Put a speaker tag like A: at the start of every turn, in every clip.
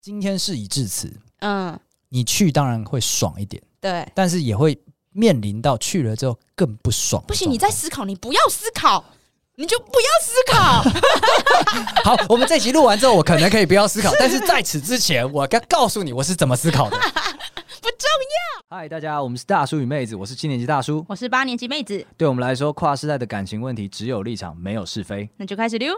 A: 今天事已至此，
B: 嗯，
A: 你去当然会爽一点，
B: 对，
A: 但是也会面临到去了之后更不爽的
B: 不
A: 状况。
B: 行，你在思考，你不要思考，你就不要思 考。
A: 好，我们这集录完之后，我可能可以不要 思考，但是在此之前，我要告诉你我是怎么思考的，
B: 不重
A: 要。嗨，大家，我们是大叔与妹子，我是七年级大叔。
B: 我是八年级妹子，
A: 对我们来说，跨世代的感情问题只有立场，没有是非。
B: 那就开始溜。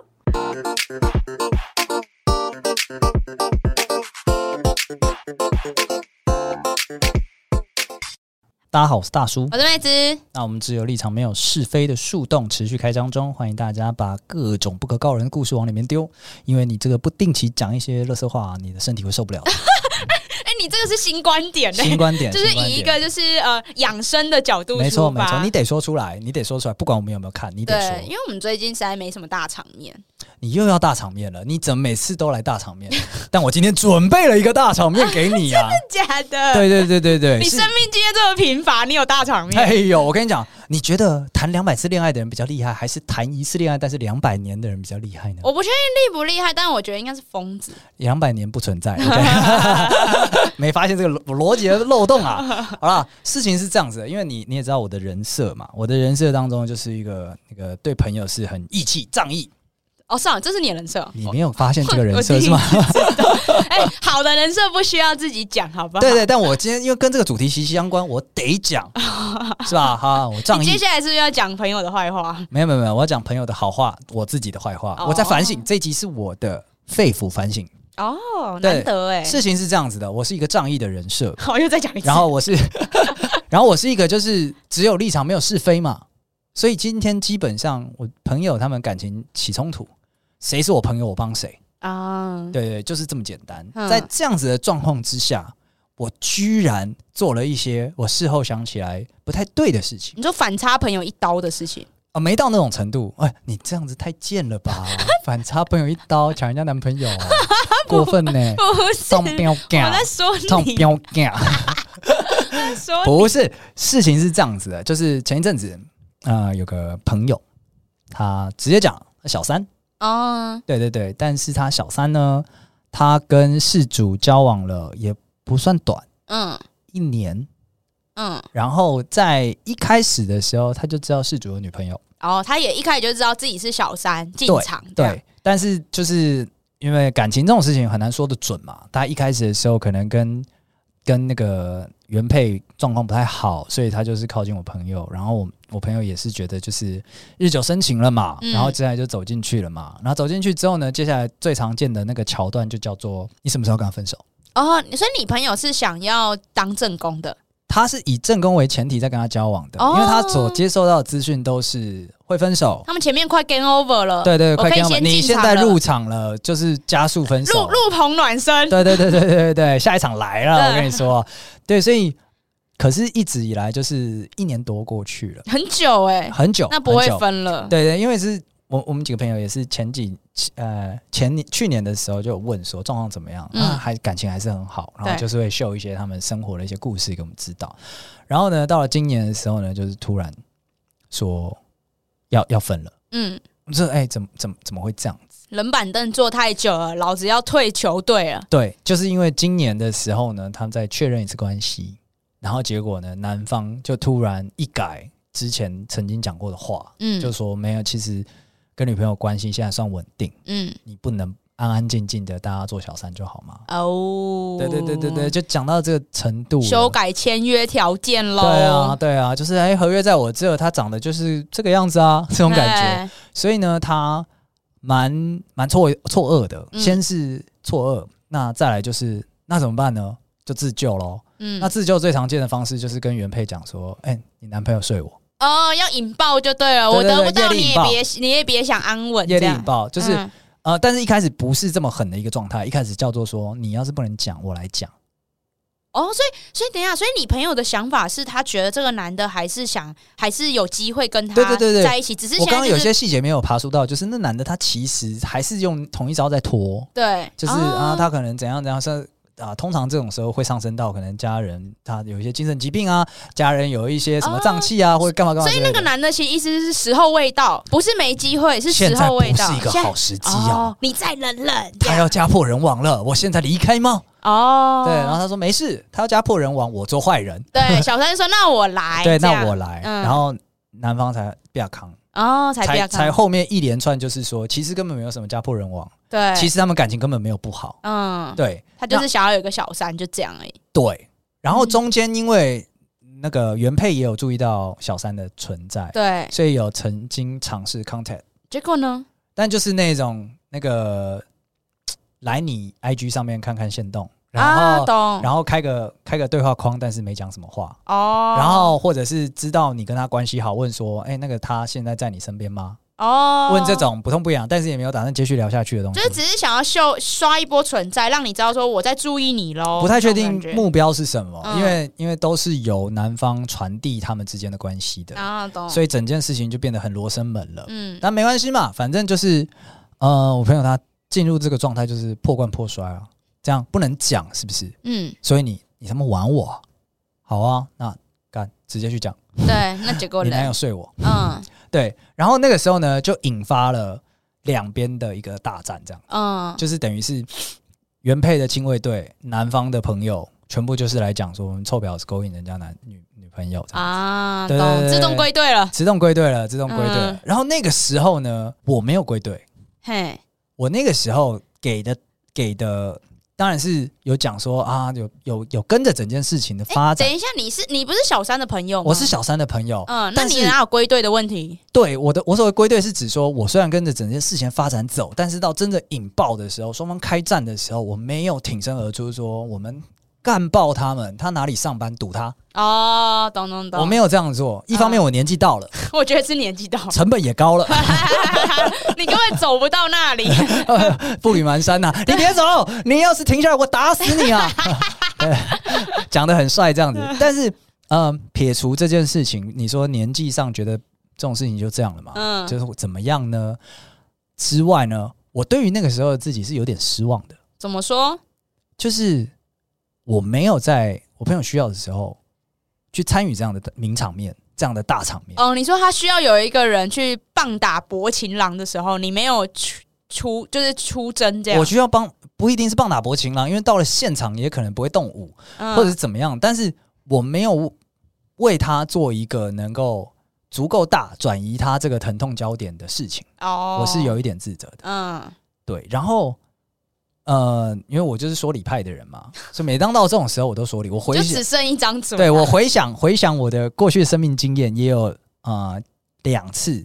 A: 大家好，我是大叔。
B: 我是妹子，哎
A: 那我们只有立场，没有是非的树洞持续开张中，欢迎大家把各种不可告人的故事往里面丢，因为你这个不定期讲一些垃圾话，你的身体会受不 了。
B: 哎、你这个是新观点呢、
A: 新观点，
B: 就是
A: 新观
B: 以一
A: 点
B: 个就是呃养生的角度出发，
A: 没错没错，你得说出来，你得说出来，不管我们有没有看，你得
B: 对，因
A: 说。
B: 为我们最近实在没什么大场面，
A: 你又要大场面了，你怎么每次都来大场面？ 但我今天准备了一个大场面给你 啊！
B: 假的。
A: 对对对对对，
B: 你
A: 是
B: 生命经验这么贫乏，你有大场面？
A: 哎呦，我跟你讲，你觉得谈两百次恋爱的人比较厉害，还是谈一次恋爱但是两百年的人比较厉害呢？
B: 我不确定厉不厉害，但我觉得应该是疯子。
A: 两百年不存 在，OK 没发现这个逻逻辑的漏洞 啊！好啦，事情是这样子的，因为你你也知道我的人设嘛，我的人设当中就是一个那个对朋友是很义气、仗义。
B: 哦，算了，这是你的人设。
A: 你没有发现这个人
B: 我
A: 设
B: 第一
A: 是吗？
B: 哎、 好的人设不需要自己讲，好不好？
A: 对对，但我今天因为跟这个主题息息相关，我得 讲，是吧？哈，我仗
B: 你
A: 义。
B: 接下来是不是要讲朋友的坏话？
A: 没有没有没有，我要讲朋友的好话，我自己的坏话。
B: 哦
A: 我在反省，这一集是我的肺腑反省。
B: 哦，
A: 对
B: 难得哎、
A: 事情是这样子的，我是一个仗义的人设，
B: 好，又再讲一次。
A: 然后我是， 然后我是一个就是只有立场没有是非嘛，所以今天基本上我朋友他们感情起冲突，谁是我朋友我帮谁，
B: 啊，
A: 对对，就是这么简单。
B: 嗯
A: 在这样子的状况之下，我居然做了一些我事后想起来不太对的事情
B: 你说反插朋友一刀的事情，
A: 啊，没到那种程度。哎，你这样子太贱了吧？反插朋友一刀，抢人家男朋 友、过分呢、
B: 不是
A: 上标
B: 我
A: 杆，
B: 在说
A: 上
B: 你，
A: 标杆。
B: 在说
A: 不是，事情是这样子的，就是前一阵子，呃，有个朋友，他直接讲小三，
B: 哦，
A: 对对对，但是他小三呢，他跟事主交往了也不算短，
B: 嗯
A: 一年，
B: 嗯，
A: 然后在一开始的时候，他就知道事主有女朋友，
B: 哦，他也一开始就知道自己是小三进场，这样
A: 对，但是就是因为感情这种事情很难说的准嘛，他一开始的时候可能跟跟那个原配状况不太好，所以他就是靠近我朋友，然后我我朋友也是觉得就是日久生情了嘛，
B: 嗯
A: 然后接下来就走进去了嘛，然后走进去之后呢，接下来最常见的那个桥段就叫做你什么时候跟他分手？
B: 哦，所以你朋友是想要当正宫的，
A: 他是以正宫为前提在跟他交往的，
B: 哦
A: 因为他所接受到的资讯都是会分手。
B: 他们前面快 game over 了，
A: 对对，
B: 我
A: 快
B: 可以
A: 跟他们，
B: 先
A: 你
B: 进
A: 现
B: 场
A: 在
B: 了
A: 入场了，就是加速分手。
B: 入入棚暖身，
A: 对对对对对对对，下一场来了，
B: 对
A: 我跟你说，对，所以可是一直以来就是一年多过去了，
B: 很久哎、
A: 很久，
B: 那不会
A: 很久，
B: 分了，
A: 对对，因为是我我们几个朋友也是前几呃前年去年的时候就有问说状况怎么样，
B: 嗯
A: 啊还感情还是很好，然后
B: 对
A: 就是会秀一些他们生活的一些故事给我们知道，然后呢，到了今年的时候呢，就是突然说要要分了，
B: 嗯，
A: 我说哎、怎么怎么怎么会这样？
B: 冷板凳坐太久了，老子要退球队了，
A: 对，就是因为今年的时候呢，他们在确认一次关系，然后结果呢，男方就突然一改之前曾经讲过的话，
B: 嗯，
A: 就说没有，其实跟女朋友关系现在算稳定，
B: 嗯
A: 你不能安安静静的大家做小三就好吗？
B: 哦，
A: 对对对对对，，就讲到这个程度了，
B: 修改签约条件喽，
A: 对啊，对啊，就是哎，合约在我这，他长得就是这个样子啊，这种感觉。
B: 哎，
A: 所以呢，他蛮蛮错错愕的，
B: 嗯
A: 先是错愕，那再来就是那怎么办呢？就自救喽。
B: 嗯
A: 那自救最常见的方式就是跟原配讲说：“哎、你男朋友睡我，
B: 哦，要引爆就对了，
A: 对
B: 我
A: 对
B: 得
A: 对
B: 不到
A: 业力
B: 你
A: 引
B: 也
A: 爆
B: 别你也别想安稳，
A: 夜
B: 呃
A: 里
B: 这样
A: 引爆。”就是、
B: 嗯
A: 呃，但是一开始不是这么狠的一个状态，一开始叫做说：“你要是不能讲，我来讲。
B: 哦，所以所以等一下，所以你朋友的想法是他觉得这个男的还是想还是有机会跟他
A: 对对对对
B: 在一起，只是
A: 我
B: 现
A: 刚
B: 在
A: 刚
B: 就
A: 有
B: 是
A: 些细节没有爬梳到，就是那男的他其实还是用同一招在拖，
B: 对，
A: 就是、啊
B: 哦
A: 啊，他可能怎样怎样，是啊，通常这种时候会上升到可能家人他有一些精神疾病啊，家人有一些什么胀气啊，或者干嘛干嘛
B: 哦所
A: 之
B: 以
A: 类的。
B: 那个男的其实意思是时候未到，不是没机会，是
A: 现
B: 时
A: 在
B: 候
A: 不
B: 未到。
A: 是一个
B: 现在
A: 好时机啊
B: 哦，，你再忍忍。
A: 他要家破人亡了，我现在离开吗？
B: 哦，
A: 对，然后他说没事，他要家破人亡，我做坏人，
B: 对小三说：“那我来。”
A: 对，
B: 这样
A: 那我来。
B: 嗯
A: 然后男方才不要扛，
B: 哦才不要
A: 才才
B: 看
A: 后面一连串就是说，其实根本没有什么家破人亡，
B: 对，
A: 其实他们感情根本没有不好，
B: 嗯，
A: 对
B: 他就是想要有一个小三，就这样而已。
A: 对。然后
B: 嗯
A: 中间因为那个原配也有注意到小三的存在，
B: 对，
A: 所以有曾经尝试 contact，
B: 结果呢？
A: 但就是那种那个来你 IG 上面看看线动，然
B: 啊，
A: 后、
B: 懂
A: 然后开个开个对话框，但是没讲什么话。
B: 哦，
A: 然后或者是知道你跟他关系好，问说，哎、那个他现在在你身边吗？
B: 哦，
A: 问这种不痛不痒，但是也没有打算继续聊下去的东西
B: 就是。只是想要秀刷一波存在，让你知道说我在注意你喽。
A: 不太确
B: 这
A: 定
B: 种感觉
A: 目标是什么，
B: 嗯
A: 因为因为都是由男方传递他们之间的关系的，
B: 啊，懂。
A: 所以整件事情就变得很罗生门了。
B: 嗯，
A: 但没关系嘛，反正就是，呃，我朋友他进入这个状态就是破罐破摔啊，这样不能讲是不是？
B: 嗯，
A: 所以你你他妈玩我啊，好啊，那干直接去讲，
B: 对，那结果
A: 你男友
B: 呢？
A: 睡我，
B: 嗯
A: 对，然后那个时候呢，就引发了两边的一个大战，这样
B: 嗯，
A: 就是等于是原配的亲卫队，男方的朋友全部就是来讲说我们臭婊子勾引人家男女女朋友这样
B: 啊，
A: 对对对
B: 懂，
A: 对
B: 自动归队了。
A: 自动归队了，自动归队了。
B: 嗯
A: 然后那个时候呢，我没有归队，
B: 嘿，
A: 我那个时候给的给的当然是有讲说啊，有有有跟着整件事情的发展。
B: 等一下，你是你不是小三的朋友吗？
A: 我是小三的朋友，
B: 嗯，那
A: 但
B: 你
A: 是
B: 哪有归队的问题？
A: 对我的我所谓归队是指说，我虽然跟着整件事情的发展走，但是到真的引爆的时候，双方开战的时候，我没有挺身而出说我们干爆他们，他哪里上班堵他，
B: 哦，懂懂懂，
A: 我没有这样做。一
B: 嗯
A: 方面我年纪到了，
B: 我觉得是年 纪到，
A: 成本也高了，
B: 你根本走不到那里。
A: 步履蹒跚呐，你别走，你要是停下来，我打死你 啊！对讲的很帅这样子，但是嗯、撇除这件事情，你说年纪上觉得这种事情就这样了嘛？
B: 嗯
A: 就是我怎么样呢？之外呢，我对于那个时候的自己是有点失望的，
B: 怎么说？
A: 就是我没有在我朋友需要的时候去参与这样的名场面、这样的大场面。
B: 哦，你说他需要有一个人去棒打薄情郎的时候，你没有出出就是出征这样，
A: 我需要帮，不一定是棒打薄情郎，因为到了现场也可能不会动武，
B: 嗯
A: 或者是怎么样，但是我没有为他做一个能够足够大转移他这个疼痛焦点的事情，
B: 哦，
A: 我是有一点自责的。
B: 嗯
A: 对，然后呃，因为我就是说理派的人嘛， 所以每当到这种时候，我都说理。我回
B: 就
A: 想
B: 只，剩一张嘴，
A: 对我回想回想我的过去生命经验，也有呃两次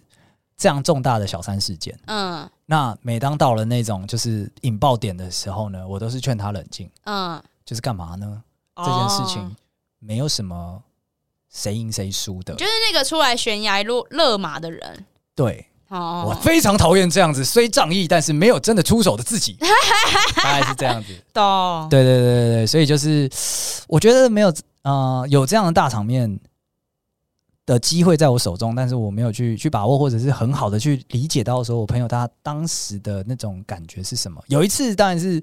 A: 这样重大的小三事件。
B: 嗯
A: 那每当到了那种就是引爆点的时候呢，我都是劝他冷静，
B: 嗯，
A: 就是干嘛呢？这件事情
B: 哦
A: 没有什么谁赢谁输的。
B: 就是那个出来悬崖落勒马的人
A: 对我
B: 哦，
A: 非常讨厌这样子虽仗义但是没有真的出手的自 己，大概是这样子。
B: 懂，
A: 对对对对对，所以就是我觉得没有呃有这样的大场面的机会在我手中，但是我没有去去把握，或者是很好的去理解到说我朋友他当时的那种感觉是什么。有一次当然是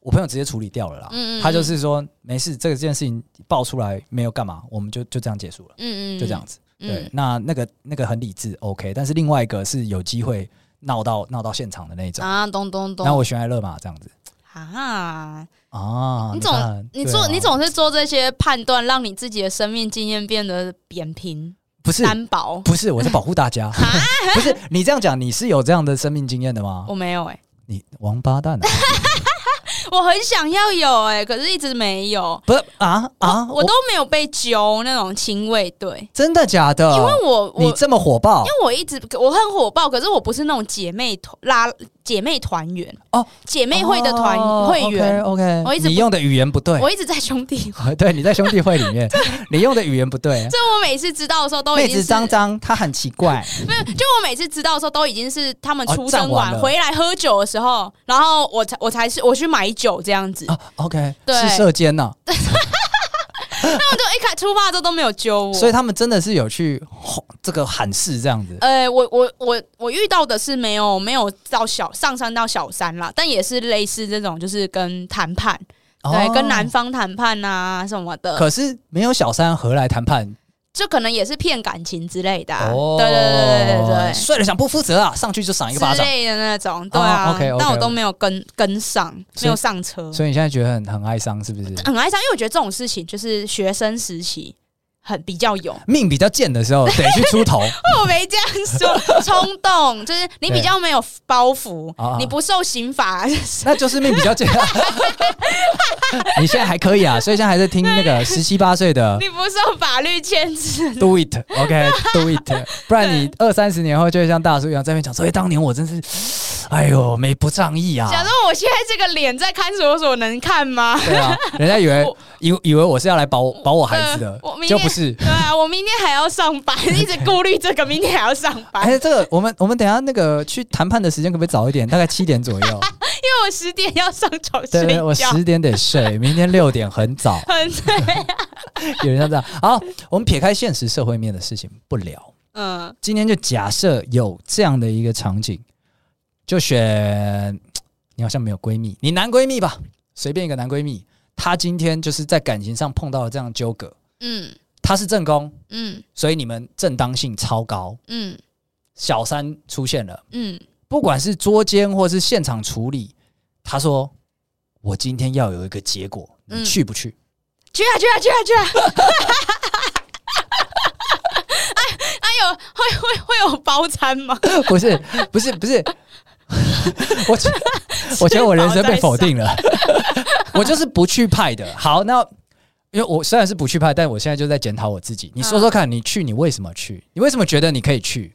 A: 我朋友直接处理掉了啦，
B: 嗯嗯嗯
A: 他就是说没事，这件事情爆出来没有干嘛，我们就就这样结束了，
B: 嗯嗯，
A: 就这样子。
B: 嗯，
A: 对，那那个那个很理智，OK，但是另外一个是有机会闹到闹到现场的那种，
B: 啊，懂懂懂，
A: 那我悬崖勒马这样子
B: 啊，
A: 啊，
B: 你总
A: 看
B: 你
A: 对
B: 做、
A: 啊
B: 你总是做这些判断，让你自己的生命经验变得扁平
A: 不是
B: 单薄。
A: 不是我在保护大
B: 啊
A: 家， 不是你这样讲，你是有这样的生命经验的吗
B: 我？没有哎、
A: 你王八蛋啊！
B: 我很想要有哎、可是一直没有。
A: 不是啊啊！
B: 我都没有被揪那种亲卫队，
A: 真的假的？
B: 因为我我
A: 呃你
B: 因
A: 这么火爆
B: 为我一直我很火爆，可是我不是那种姐妹团拉姐妹团员
A: 哦，
B: 姐妹会的团、
A: 哦
B: 会员
A: OK，,
B: 我一直不
A: 你用的语言不对，
B: 我一直在兄弟会。
A: 对，你在兄弟会里面，你用的语言不对。
B: 这我每次知道的时候都已
A: 妹
B: 经
A: 子
B: 是
A: 张张，她很奇怪，
B: 没有， 就我每次知道的时候，都已经是他们
A: 哦
B: 出
A: 站
B: 征
A: 完
B: 完、
A: 了
B: 回来喝酒的时候，然后我才我才是我去买酒这样子。
A: 啊，OK，
B: 对
A: 是射啊箭呐、
B: 他们都一开出发的时候都没有揪我，
A: 所以他们真的是有去吼这个喊示这样子。
B: 呃，我我我我遇到的是没有没有到小上山到小山啦，但也是类似这种，就是跟谈判。对，跟男。方谈判啊什么的，
A: 哦可是没有小三，何来谈判？
B: 这可能也是骗感情之类的、啊。对对对对对对。
A: 睡了想不负责啊，上去就哦赏一个巴
B: 之
A: 掌。哦
B: 类的那种，对啊，
A: OK，OK，OK
B: 但我都没有跟跟上，没有上车，
A: 所以你现在觉得很很哀伤，是不是？
B: 很哀伤，因为我觉得这种事情就是学生时期很比较有，
A: 命比较贱的时候得去出头
B: 我没这样说，冲动就是你比较没有包袱
A: 啊啊，
B: 你不受刑罚，
A: 那就是命比较贱。 你现在还可以啊，所以现在还在听那个十七八岁 的
B: 你不受法律牵制。
A: Do It，OK，Do、It，不然你二三十年后就会像大叔一样在那边讲说，哎、当年我真是，哎呦，没不仗义啊。
B: 假如我现在这个脸在看守所能看吗？
A: 对啊，人家以为
B: 我
A: 以以为我是要来保保我孩子的
B: 呃我，明
A: 就
B: 天
A: 不 是。
B: 对啊，我明天还要上 班，一直顾虑这个，明天还要上班，因
A: 哎，这个我们我们等一下那个去谈判的时间可不可以早一点？大概七点 左右。
B: 为我十点要上床
A: 对
B: 睡
A: 对，我
B: 觉。
A: 十点得 睡，明天六点很早。
B: 很
A: 有人像这样。好，我们撇开现实社会面的事情不聊，
B: 嗯，
A: 今天就假设有这样的一个场景，就选你好像没有闺蜜，你男闺蜜吧，随便一个男闺蜜，他今天就是在感情上碰到了这样的纠葛，
B: 嗯
A: 他是正宫，
B: 嗯
A: 所以你们正当性超高，
B: 嗯
A: 小三出现了，
B: 嗯，
A: 不管是捉奸或是现场处理，他说我今天要有一个结果，你
B: 嗯
A: 去不去？
B: 去啊去啊去啊去啊！ 哎哎呦，会会会有包餐吗？
A: 不是，不是，不是， 我觉我觉得我人生被否 定了，我就是不去派的。好，那因为我虽然是不去派，但我现在就在检讨我自己。你说
B: 嗯
A: 说看，你去，你为什么去？你为什么觉得你可以去？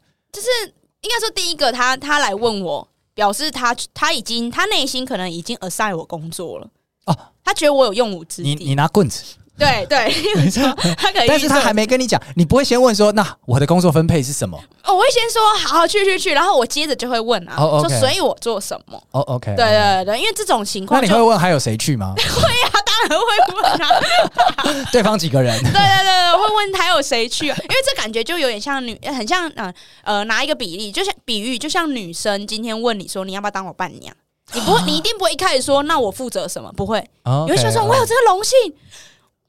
B: 应该说第一个他他来问我，表示他他已经他内心可能已经 assign 我工作了
A: 哦
B: 他觉得我有用武之
A: 你
B: 地，
A: 你拿棍 子，
B: 对对，他可 能
A: 但是他还没跟你讲，你不会先问说，那我的工作分配是什么？
B: 哦，我会先说好好去去去，然后我接着就会问啊，
A: 哦
B: 说
A: ，OK
B: 所以我做什么？
A: 哦，OK、o k
B: 对对对，因为这种情
A: 那
B: 况
A: 你
B: 就
A: 会问还有谁去吗？
B: 当然会问啊，
A: 对方几个人？
B: 对对对对，会问还有谁去啊？因为这感觉就有点像女，很像呃呃，拿一个比例，就像比喻，就像女生今天问你说你要不要当我伴娘，你不会，你一定不会一开始说那我负责什么，不会，
A: 哦
B: 你会先说
A: OK，
B: 我有这个荣幸。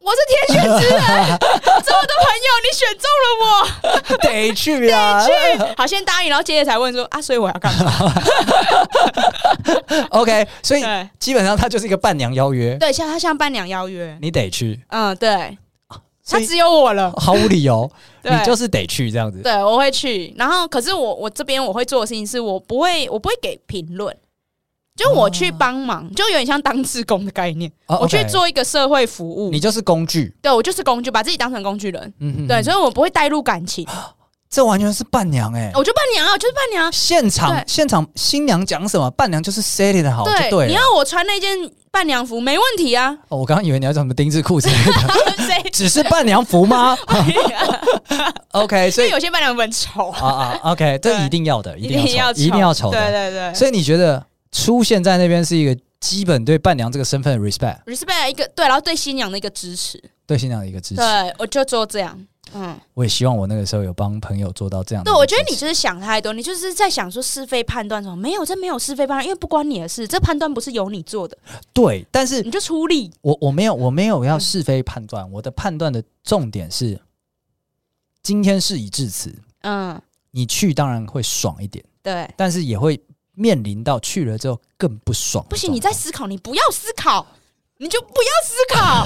B: 我是天选 之人，这么多朋友，你选中了
A: 得去啊。
B: 我，好先答应，然后接着才问说啊，所以我要干嘛？
A: OK，所以
B: 对
A: 基本上他就是一个伴娘邀约，
B: 对，像他像伴娘邀约，
A: 你得去。
B: 嗯，对，
A: 哦所
B: 他
A: 以哦
B: 只有我了，
A: 毫无理由，你
B: 对，
A: 就是得去这样子。
B: 对，我会去。然后，可是我我这边我会做的事情是我不会我不会给评论，就我去帮忙，就有点像当志工的概念，
A: 哦
B: 我去
A: OK，
B: 做一个社会服务
A: 你。就是工具。
B: 对我就是工具，把自己当成工具人。
A: 嗯哎哼
B: 对，
A: 这
B: 所以我不会带入感情，
A: 这完全是伴娘哎、
B: 我就伴娘啊，我就是伴娘啊。
A: 现场
B: 对
A: 现场新娘讲什么，伴娘就是 say it 哦好就
B: 对，
A: 对
B: 你
A: 了。
B: 要我穿那件伴娘服没问 题啊，
A: 哦我刚刚以为你要讲什么丁字裤之类 的，
B: 谁？
A: 只是伴娘服 吗？OK，所
B: 所以
A: 以
B: 有些伴娘服很丑，
A: 啊啊，OK，这
B: 对
A: 一定要的，一定
B: 定
A: 要
B: 要
A: 丑，一定要
B: 丑
A: 丑
B: 对
A: 的。
B: 对对，
A: 所以你觉得出现在那边是一个基本对伴娘这个身份的 respect，
B: respect 一个对，然后对新娘的一个支持，
A: 对新娘的一个支持。
B: 对我就做这样，嗯。
A: 我也希望我那个时候有帮朋友做到这样的一
B: 对，
A: 个
B: 我
A: 支
B: 觉
A: 持。
B: 得你就是想太多，你就是在想说是非判断什么，没有，这没有是非判断，因为不关你的事，这判断不是由你 做的，
A: 对，但是
B: 你就出力。
A: 我我没有我没
B: 嗯
A: 有要是非判断，我的判断的重点是，今天事已至此，
B: 嗯，
A: 你去当然会爽一点，
B: 对，
A: 但是也会面临到去了之后更不爽的状况。
B: 不行，你在思考，你不要思考，你就不要思 考。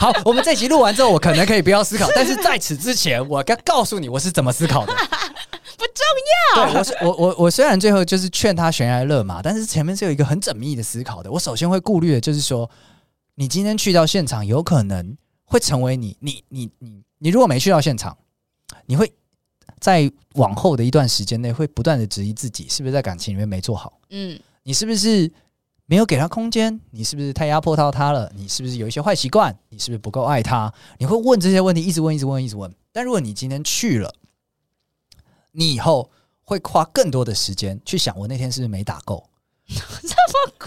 A: 好，我们这集录完之后，我可能可以不要思考，但是在此之前，我该告诉你我是怎么思考 的。
B: 不
A: 重要。对，我是我我我虽然最后就是劝他悬崖勒马，但是前面是有一个很缜密的思考的。我首先会顾虑的就是说，你今天去到现场，有可能会成为你你你你你如果没去到现场，你会在往后的一段时间内会不断的质疑自己是不是在感情里面没做好，
B: 嗯
A: 你是不是？没有给他空间，你是不是太压迫到他了？你是不是有一些坏习惯？你是不是不够爱他？你会问这些问题，一直问，一直问，一直问。但如果你今天去了，你以后会花更多的时间去想，我那天是不是没打够？这么贵？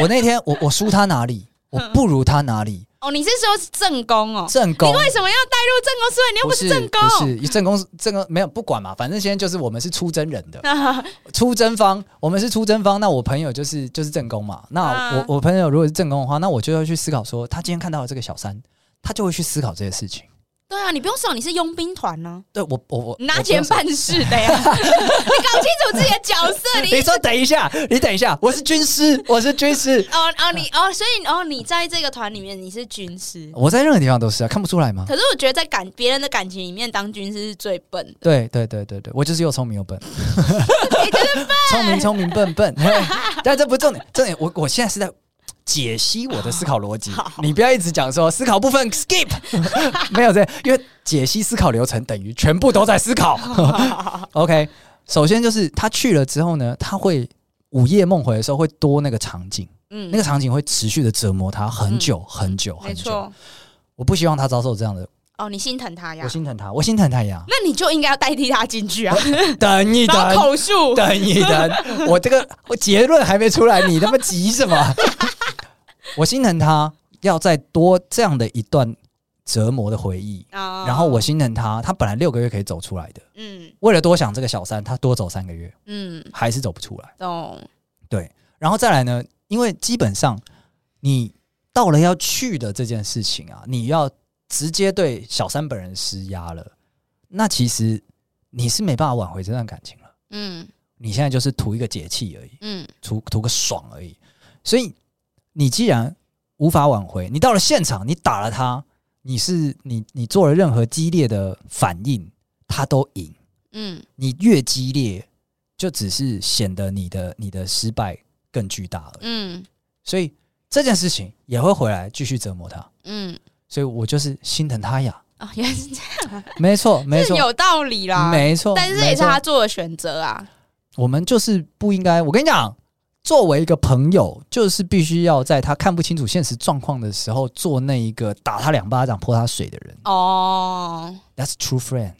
A: 我那天我我输他哪里？我不如他哪里？
B: 哦，你是说正宫哦？
A: 正宫
B: 你为什么要带入正宫思维？你又
A: 不
B: 是
A: 是
B: 正
A: 不
B: 宫。
A: 是正宫是正宫没有不管嘛，反正现在就是我们是出征人的
B: 啊
A: 出征方，我们是出征方。那我朋友就是就是正宫嘛，那我、
B: 啊
A: 我朋友如果是正宫的话，那我就要去思考说，他今天看到了这个小三，他就会去思考这些事情。
B: 对啊，你不用说，你是佣兵团呢、
A: 对我我我
B: 你拿
A: 我
B: 钱
A: 不用
B: 办事的呀。你搞清楚自己的角色，你
A: 你说等一下，你等一下，我是军师，我是军师，
B: 哦哦你哦，所以哦你在这个团里面你是军师，
A: 我在任何地方都是啊，看不出来吗？
B: 可是我觉得在感别人的感情里面当军师是最笨的。
A: 对对对对对，我就是又聪明又笨，聪明聪明笨笨，嘿但这不重点，重点我我现在是在解析我的思考逻辑，你不要一直讲说思考部分 skip，没有这样，因为解析思考流程等于全部都在思考。OK，首先就是他去了之后呢，他会午夜梦回的时候会多那个场景，
B: 嗯
A: 那个场景会持续的折磨他很久很久
B: 没
A: 很久。
B: 错。
A: 我不希望他遭受这样的，
B: 哦，你心疼他呀。
A: 我？心疼他，我心疼他呀
B: 那你就应该要代替他进去啊，
A: 等一
B: 然后
A: 等，
B: 口 述。
A: 等一等，我这个我结论还没出来，你他妈急什么？我心疼他，要再多这样的一段折磨的回忆。
B: 哦
A: 然后我心疼他，他本来六个月可以走出来的，
B: 嗯
A: 为了多想这个小三，他多走三个月
B: 嗯
A: 还是走不出来。
B: 懂
A: 然后再来呢，因为基本上你到了要去的这件事情啊，你要直接对小三本人施压了，那其实你是没办法挽回这段感情了。
B: 嗯
A: 你现在就是图一个解气而已，
B: 嗯
A: 图图个爽而已。所以你既然无法挽回，你到了现场，你打了他，你是你你做了任何激烈的反应，他都赢。
B: 嗯
A: 你越激烈，就只是显得你的你的失败更巨大而已。
B: 嗯
A: 所以这件事情也会回来继续折磨他。
B: 嗯
A: 所以我就是心疼他呀，
B: 哦，原来是这
A: 没错，没
B: 样，
A: 错，
B: 有道理啦。
A: 没错，
B: 但是这也
A: 没
B: 是
A: 错
B: 他做的选择啊。
A: 我们就是不应该。我跟你讲，作为一个朋友，就是必须要在他看不清楚现实状况的时候，做那一个打他两巴掌、泼他水的人。
B: 哦，
A: That's true friend。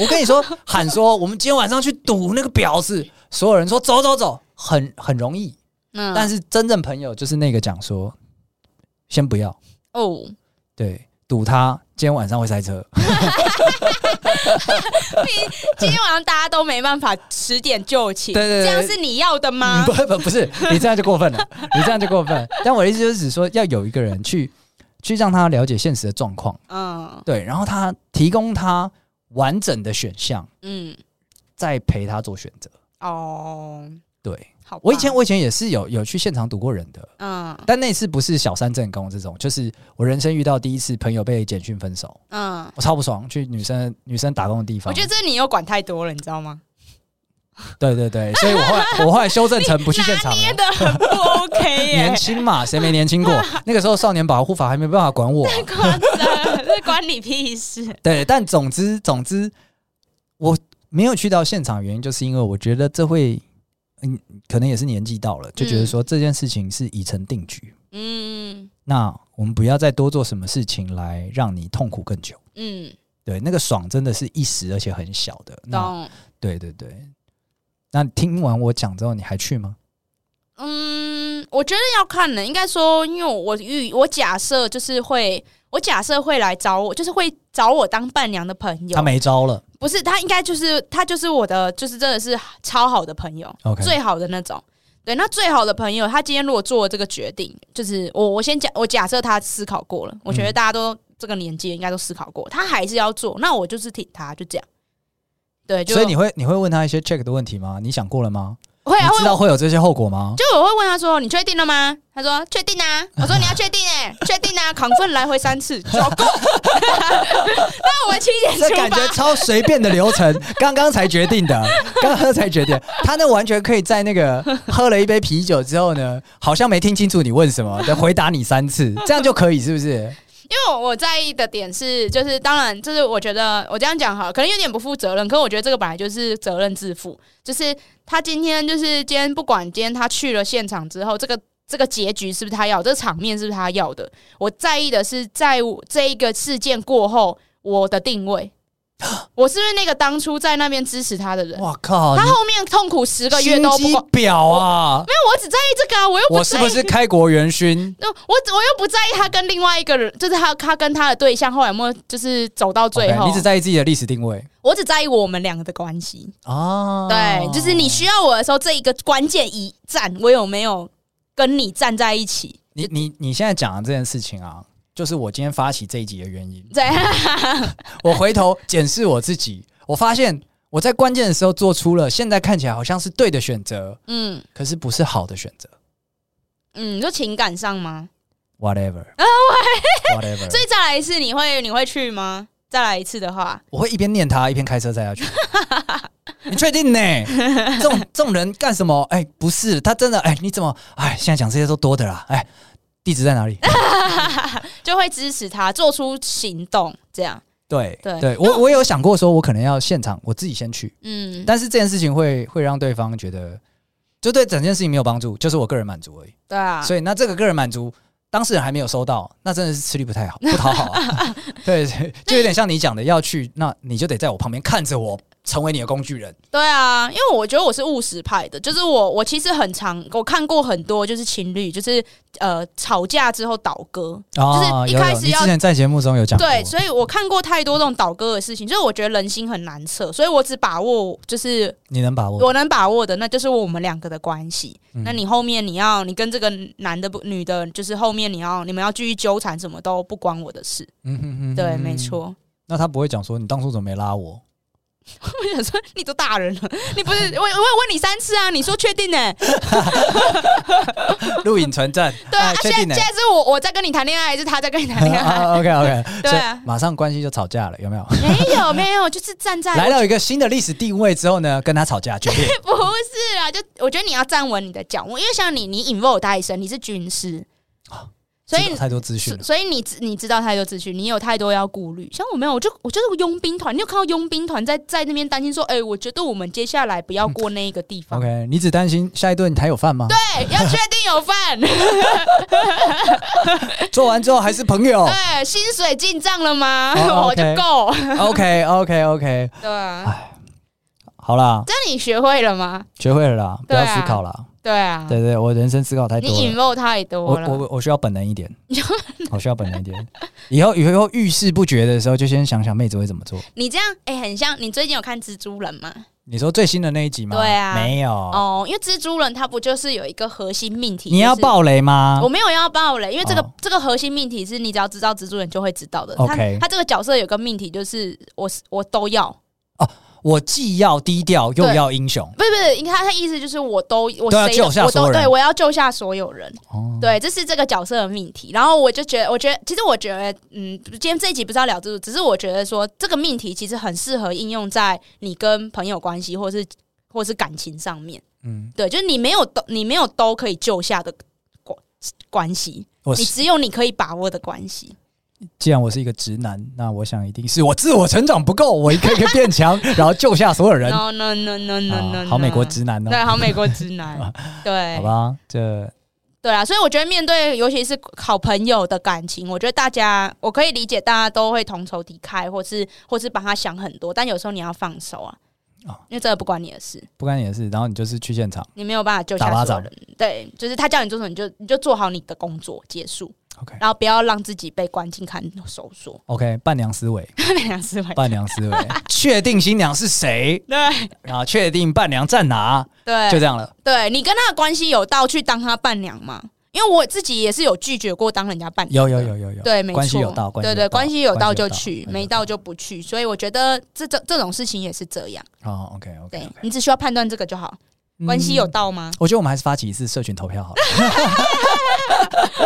A: 我跟你说，喊说我们今天晚上去赌那个婊子，所有人说走走走，很很容易。
B: 嗯，
A: 但是真正朋友就是那个讲说，先不要，
B: 哦，
A: 对，赌他今天晚上会塞车。
B: 今天晚上大家都没办法十点就寝，
A: 对对对
B: 这样是你要的吗？
A: 不不不是，你这样就过分了，你这样就过分。但我的意思就是指说，要有一个人去去让他了解现实的状况，
B: 嗯
A: 对，然后他提供他完整的选项，
B: 嗯，
A: 再陪他做选择。
B: 哦，
A: 对
B: 好吧，
A: 我以前我以前也是有有去现场赌过人的，
B: 嗯
A: 但那次不是小三正宫这种，就是我人生遇到第一次朋友被简讯分手，
B: 嗯，
A: 我超不爽，去女生女生打工的地方。
B: 我觉得这你又管太多了，你知道吗？
A: 对对对，所以我后来我后来修正成不去现场了
B: 捏。的很不 OK 耶
A: 年，轻嘛，谁没年轻 过？那个时候少年保护法还没办法管我啊、
B: 夸张，这关你屁事。
A: 对，但总之总之，我没有去到现场，原因就是因为我觉得这会，嗯，可能也是年纪到了，就觉得说这件事情是已成定局。
B: 嗯
A: 那我们不要再多做什么事情来让你痛苦更久。
B: 嗯，
A: 对，那个爽真的是一时，而且很小的。那
B: 懂。
A: 对对对。那听完我讲之后，你还去吗？
B: 嗯，我觉得要看呢，应该说，因为我预我假设就是会，我假设会来找我，就是会找我当伴娘的朋友
A: 他。没招了。
B: 不是，他应该就是他就是我的，就是真的是超好的朋友
A: OK
B: 最好的那种。对，那最好的朋友，他今天如果做了这个决定，就是我我先假我假设他思考过了，我觉得大家都、这个年纪应该都思考过，他还是要做，那我就是挺他，就这样。对，就
A: 所以你会你会问他一些 check 的问题吗？你想过了吗？
B: 会啊
A: 你知
B: 会
A: 道，会有这些后果吗？
B: 就我会问他说：“你确定了吗？”他说：“确定啊。” 我说：“你要确定哎、确定啊。”亢奋来回三次，小够。 那我们七 点
A: 这
B: 出
A: 感觉
B: 发。
A: 超随便的流程，刚刚才决定的，刚刚才决定。他那完全可以在那个喝了一杯啤酒之后呢，好像没听清楚你问什么，再回答你三次，这样就可以是不是？
B: 因为我我在意的点是，就是当然，就是我觉得我这样讲好了，可能有点不负责任，可是我觉得这个本来就是责任自负，就是他今天就是今天不管今天他去了现场之后，这个这个结局是不是他要，这个场面是不是他要的，我在意的是在我这一个事件过后我的定位。 我是不是那个当初在那边支持他的人？
A: 哇靠！
B: 他
A: 你
B: 后面痛苦十个月都不
A: 心机
B: 管，
A: 婊啊！
B: 没有，我只在意这个啊，我又
A: 我
B: 不
A: 是
B: 在
A: 不
B: 意。
A: 是开国元勋？
B: 那我我又不在意他跟另外一个人，就是他他跟他的对象后来有没有就是走到最
A: OK，
B: 后
A: 你只在意自己的历史定位
B: 我只在意我们两个的关系。
A: 啊？
B: 对，就是你需要我的时候，这一个关键一站，我有没有跟你站在一起？
A: 你你你现在讲的这件事情啊，就是我今天发起这一集的原因。
B: 对，
A: 我回头检视我自己，我发现我在关键的时候做出了现在看起来好像是对的选择，
B: 嗯
A: 可是不是好的选择。
B: 嗯，就情感上吗？
A: Whatever，whatever，
B: 啊所以再来一次，你会你会去吗？再来一次的话，
A: 我会一边念他，一边开车载他去。你确定呢？这种这种人干什么？哎、不是他真的哎、你怎么哎？现在讲这些都多的啦。哎、地址在哪里？
B: 就会支持他做出行动，这样，
A: 对
B: 对
A: 对，我我有想过说，我可能要现场我自己先去，
B: 嗯，
A: 但是这件事情会会让对方觉得，就对整件事情没有帮助，就是我个人满足而已。
B: 对啊，
A: 所以那这个个人满足，当事人还没有收到，那真的是吃力不太 好，不讨好啊。对，对就有点像你讲的，要去，那你就得在我旁边看着我，成为你的工具人。
B: 对啊，因为我觉得我是务实派的，就是我我其实很常我看过很多就是情侣就是呃吵架之后倒戈，就是一
A: 啊有
B: 开
A: 有
B: 始
A: 你
B: 要
A: 之前在节目中有讲过，
B: 对，所以我看过太多这种倒戈的事情，就是我觉得人心很难测，所以我只把握就是
A: 你能把握。
B: 我能把握的，那就是我们两个的关系。
A: 嗯
B: 那你后面你要你跟这个男的不女的，就是后面你要你们要继续纠缠，什么都不关我的事。
A: 嗯哼哼
B: 对，没。错。
A: 那他不会讲说你当初怎么没拉我？
B: 我想说，你都大人了，你不是我我有问你三次啊？你说确定呢、
A: 录影存证，
B: 对啊，
A: 哎
B: 啊
A: 确
B: 现
A: 定
B: 在
A: 呢
B: 现？在是我我在跟你谈恋爱，还是他在跟你谈 恋爱？
A: OK OK，
B: 对啊
A: 马上关系就吵架了，有没有？
B: 没 有没有，就是站在
A: 来到一个新的历史定位之后呢，跟他吵架决裂。
B: 不是啊，就我觉得你要站稳你的脚，因为像你，你 involve 大医生，你是军师， 所
A: 哦知
B: 以
A: 道太多资讯了，
B: 所以你知你知道太多资讯，你有太多要顾虑。像我没有，我就我就是佣兵团，你有看到佣兵团在在那边担心说，哎、我觉得我们接下来不要过那一个地方。
A: OK，你只担心下一顿还有饭吗？
B: 对，要确定 有饭，
A: 做完之后还是朋 友。
B: 对，哎薪水进账了吗？
A: 哦
B: 我
A: OK
B: 就
A: 哎
B: 够，
A: OK OK OK，
B: 对啊，
A: 好啦，
B: 这样你学会了吗？
A: 学会了啦，不
B: 对啊
A: 要思考啦。
B: 对啊，
A: 对对，我人生思考太多
B: 你
A: 了。
B: involve 太
A: 我
B: 多了，
A: 我我需要本能一 点，我需要本能一点。以后以后遇事不决的时候，就先想想妹子会怎么做。
B: 你这样哎、很像你最近有看蜘蛛人吗？
A: 你说最新的那一集吗？
B: 对啊
A: 没有。
B: 哦，因为蜘蛛人他不就是有一个核心命题？
A: 你要
B: 就是、
A: 爆雷吗
B: 我没有要爆雷，因为这个、
A: 哦
B: 这个核心命题是你只要知道蜘蛛人就会知道的。
A: OK
B: 他他这个角色有个命题就是我我都要，
A: 我既要低调又
B: 对
A: 要英雄。
B: 不是不是，应该他他意思就是我都我
A: 都要
B: 谁
A: 救下
B: 我
A: 所有
B: 都
A: 人
B: 对我要救下所有人。
A: 哦，
B: 对，这是这个角色的命题。然后我就觉得，我觉得其实我觉得，嗯，今天这一集不是要聊这个，只是我觉得说这个命题其实很适合应用在你跟朋友关系或是或是感情上面。
A: 嗯，
B: 对，就是你没有都你没有都可以救下的关关系，
A: 我
B: 你
A: 是
B: 只有你可以把握的关系。
A: 既然我是一个直男，那我想一定是我自我成长不够，我一个一个变 强，然后救下所有人。
B: No no no no no
A: 啊
B: no，
A: 好美国
B: no
A: 直男哦，
B: 对，好美国直 男，对
A: 好，吧，这
B: 对啊，所以我觉得面对尤其是好朋友的感情，我觉得大家我可以理解，大家都会同仇敌忾，或是或是把他想很多，但有时候你要放手啊，
A: 哦
B: 因为这个不关你的事，
A: 不干你的事，然后你就是去现场。
B: 你没有办法救
A: 打
B: 下
A: 巴
B: 所有
A: 掌
B: 人。对，就是他叫你做什么，你就你就做好你的工作，结束，
A: OK
B: 然后不要让自己被关进看守所，
A: OK，伴娘思维，
B: 那两思维。
A: 伴娘思维，确定新娘是谁，
B: 对
A: 然后确定伴娘在哪，
B: 对，
A: 就这样了。
B: 对你跟他的关系有到去当他伴娘吗？因为我自己也是有拒绝过当人家伴
A: 有
B: 娘的，
A: 有有有有，
B: 对，没错，
A: 关系有到，关系
B: 对对，关系有到就
A: 关系有
B: 去，
A: 到
B: 没到就不去。所以我觉得这种这种事情也是这样，
A: 哦，OK OK，？
B: 对你只需要判断这个就好。关系有。到吗
A: 嗯 我觉得我们还是发起一次社群投票好了，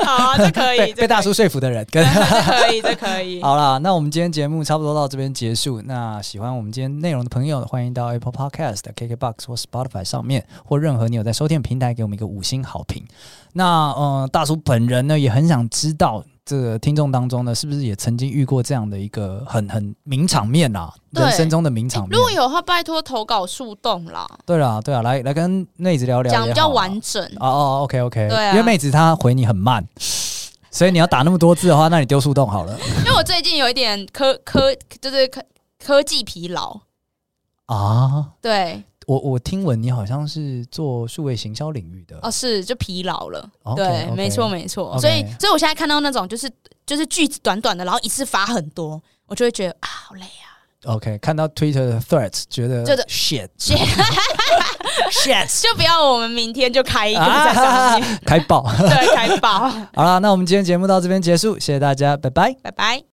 B: 好啊，这 可
A: 被被大叔说服的人 跟。
B: 这可以，这可以。
A: 好啦，那我们今天节目差不多到这边结束。那喜欢我们今天内容的朋友，欢迎到 Apple Podcast、KKBox 或 Spotify 上面，或任何你有在收听的平台，给我们一个五星好评。那呃，大叔本人呢，也很想知道这个听众当中呢，是不是也曾经遇过这样的一个很很名场面啊，
B: 对
A: 人生中的名场面
B: 如。果有的话，拜托投稿树洞啦，
A: 对啦，对啦，来来跟妹子聊聊也好啊，
B: 讲比较完整。
A: 哦哦，OK OK，
B: 对啊
A: 因为妹子她回你很慢，所以你要打那么多字的话，那你丢树洞好了。
B: 因为我最近有一点科科，就是科科技疲劳。
A: 啊，
B: 对，
A: 我我听闻你好像是做数位行销领域的
B: 哦，是就疲劳了。
A: OK，
B: 对
A: OK
B: 没错没错。
A: OK
B: 所以，所以我现在看到那种就是就是句子短短的，然后一次发很多，我就会觉得啊，好累啊。
A: OK，看到 Twitter 的 threats，觉得
B: 觉得
A: shit
B: 就
A: shit
B: 就不要我们明天就开一个
A: 啊
B: 在上面，
A: 开爆。
B: 对，开爆，
A: 好了，那我们今天节目到这边结束，谢谢大家，拜拜。
B: 拜拜。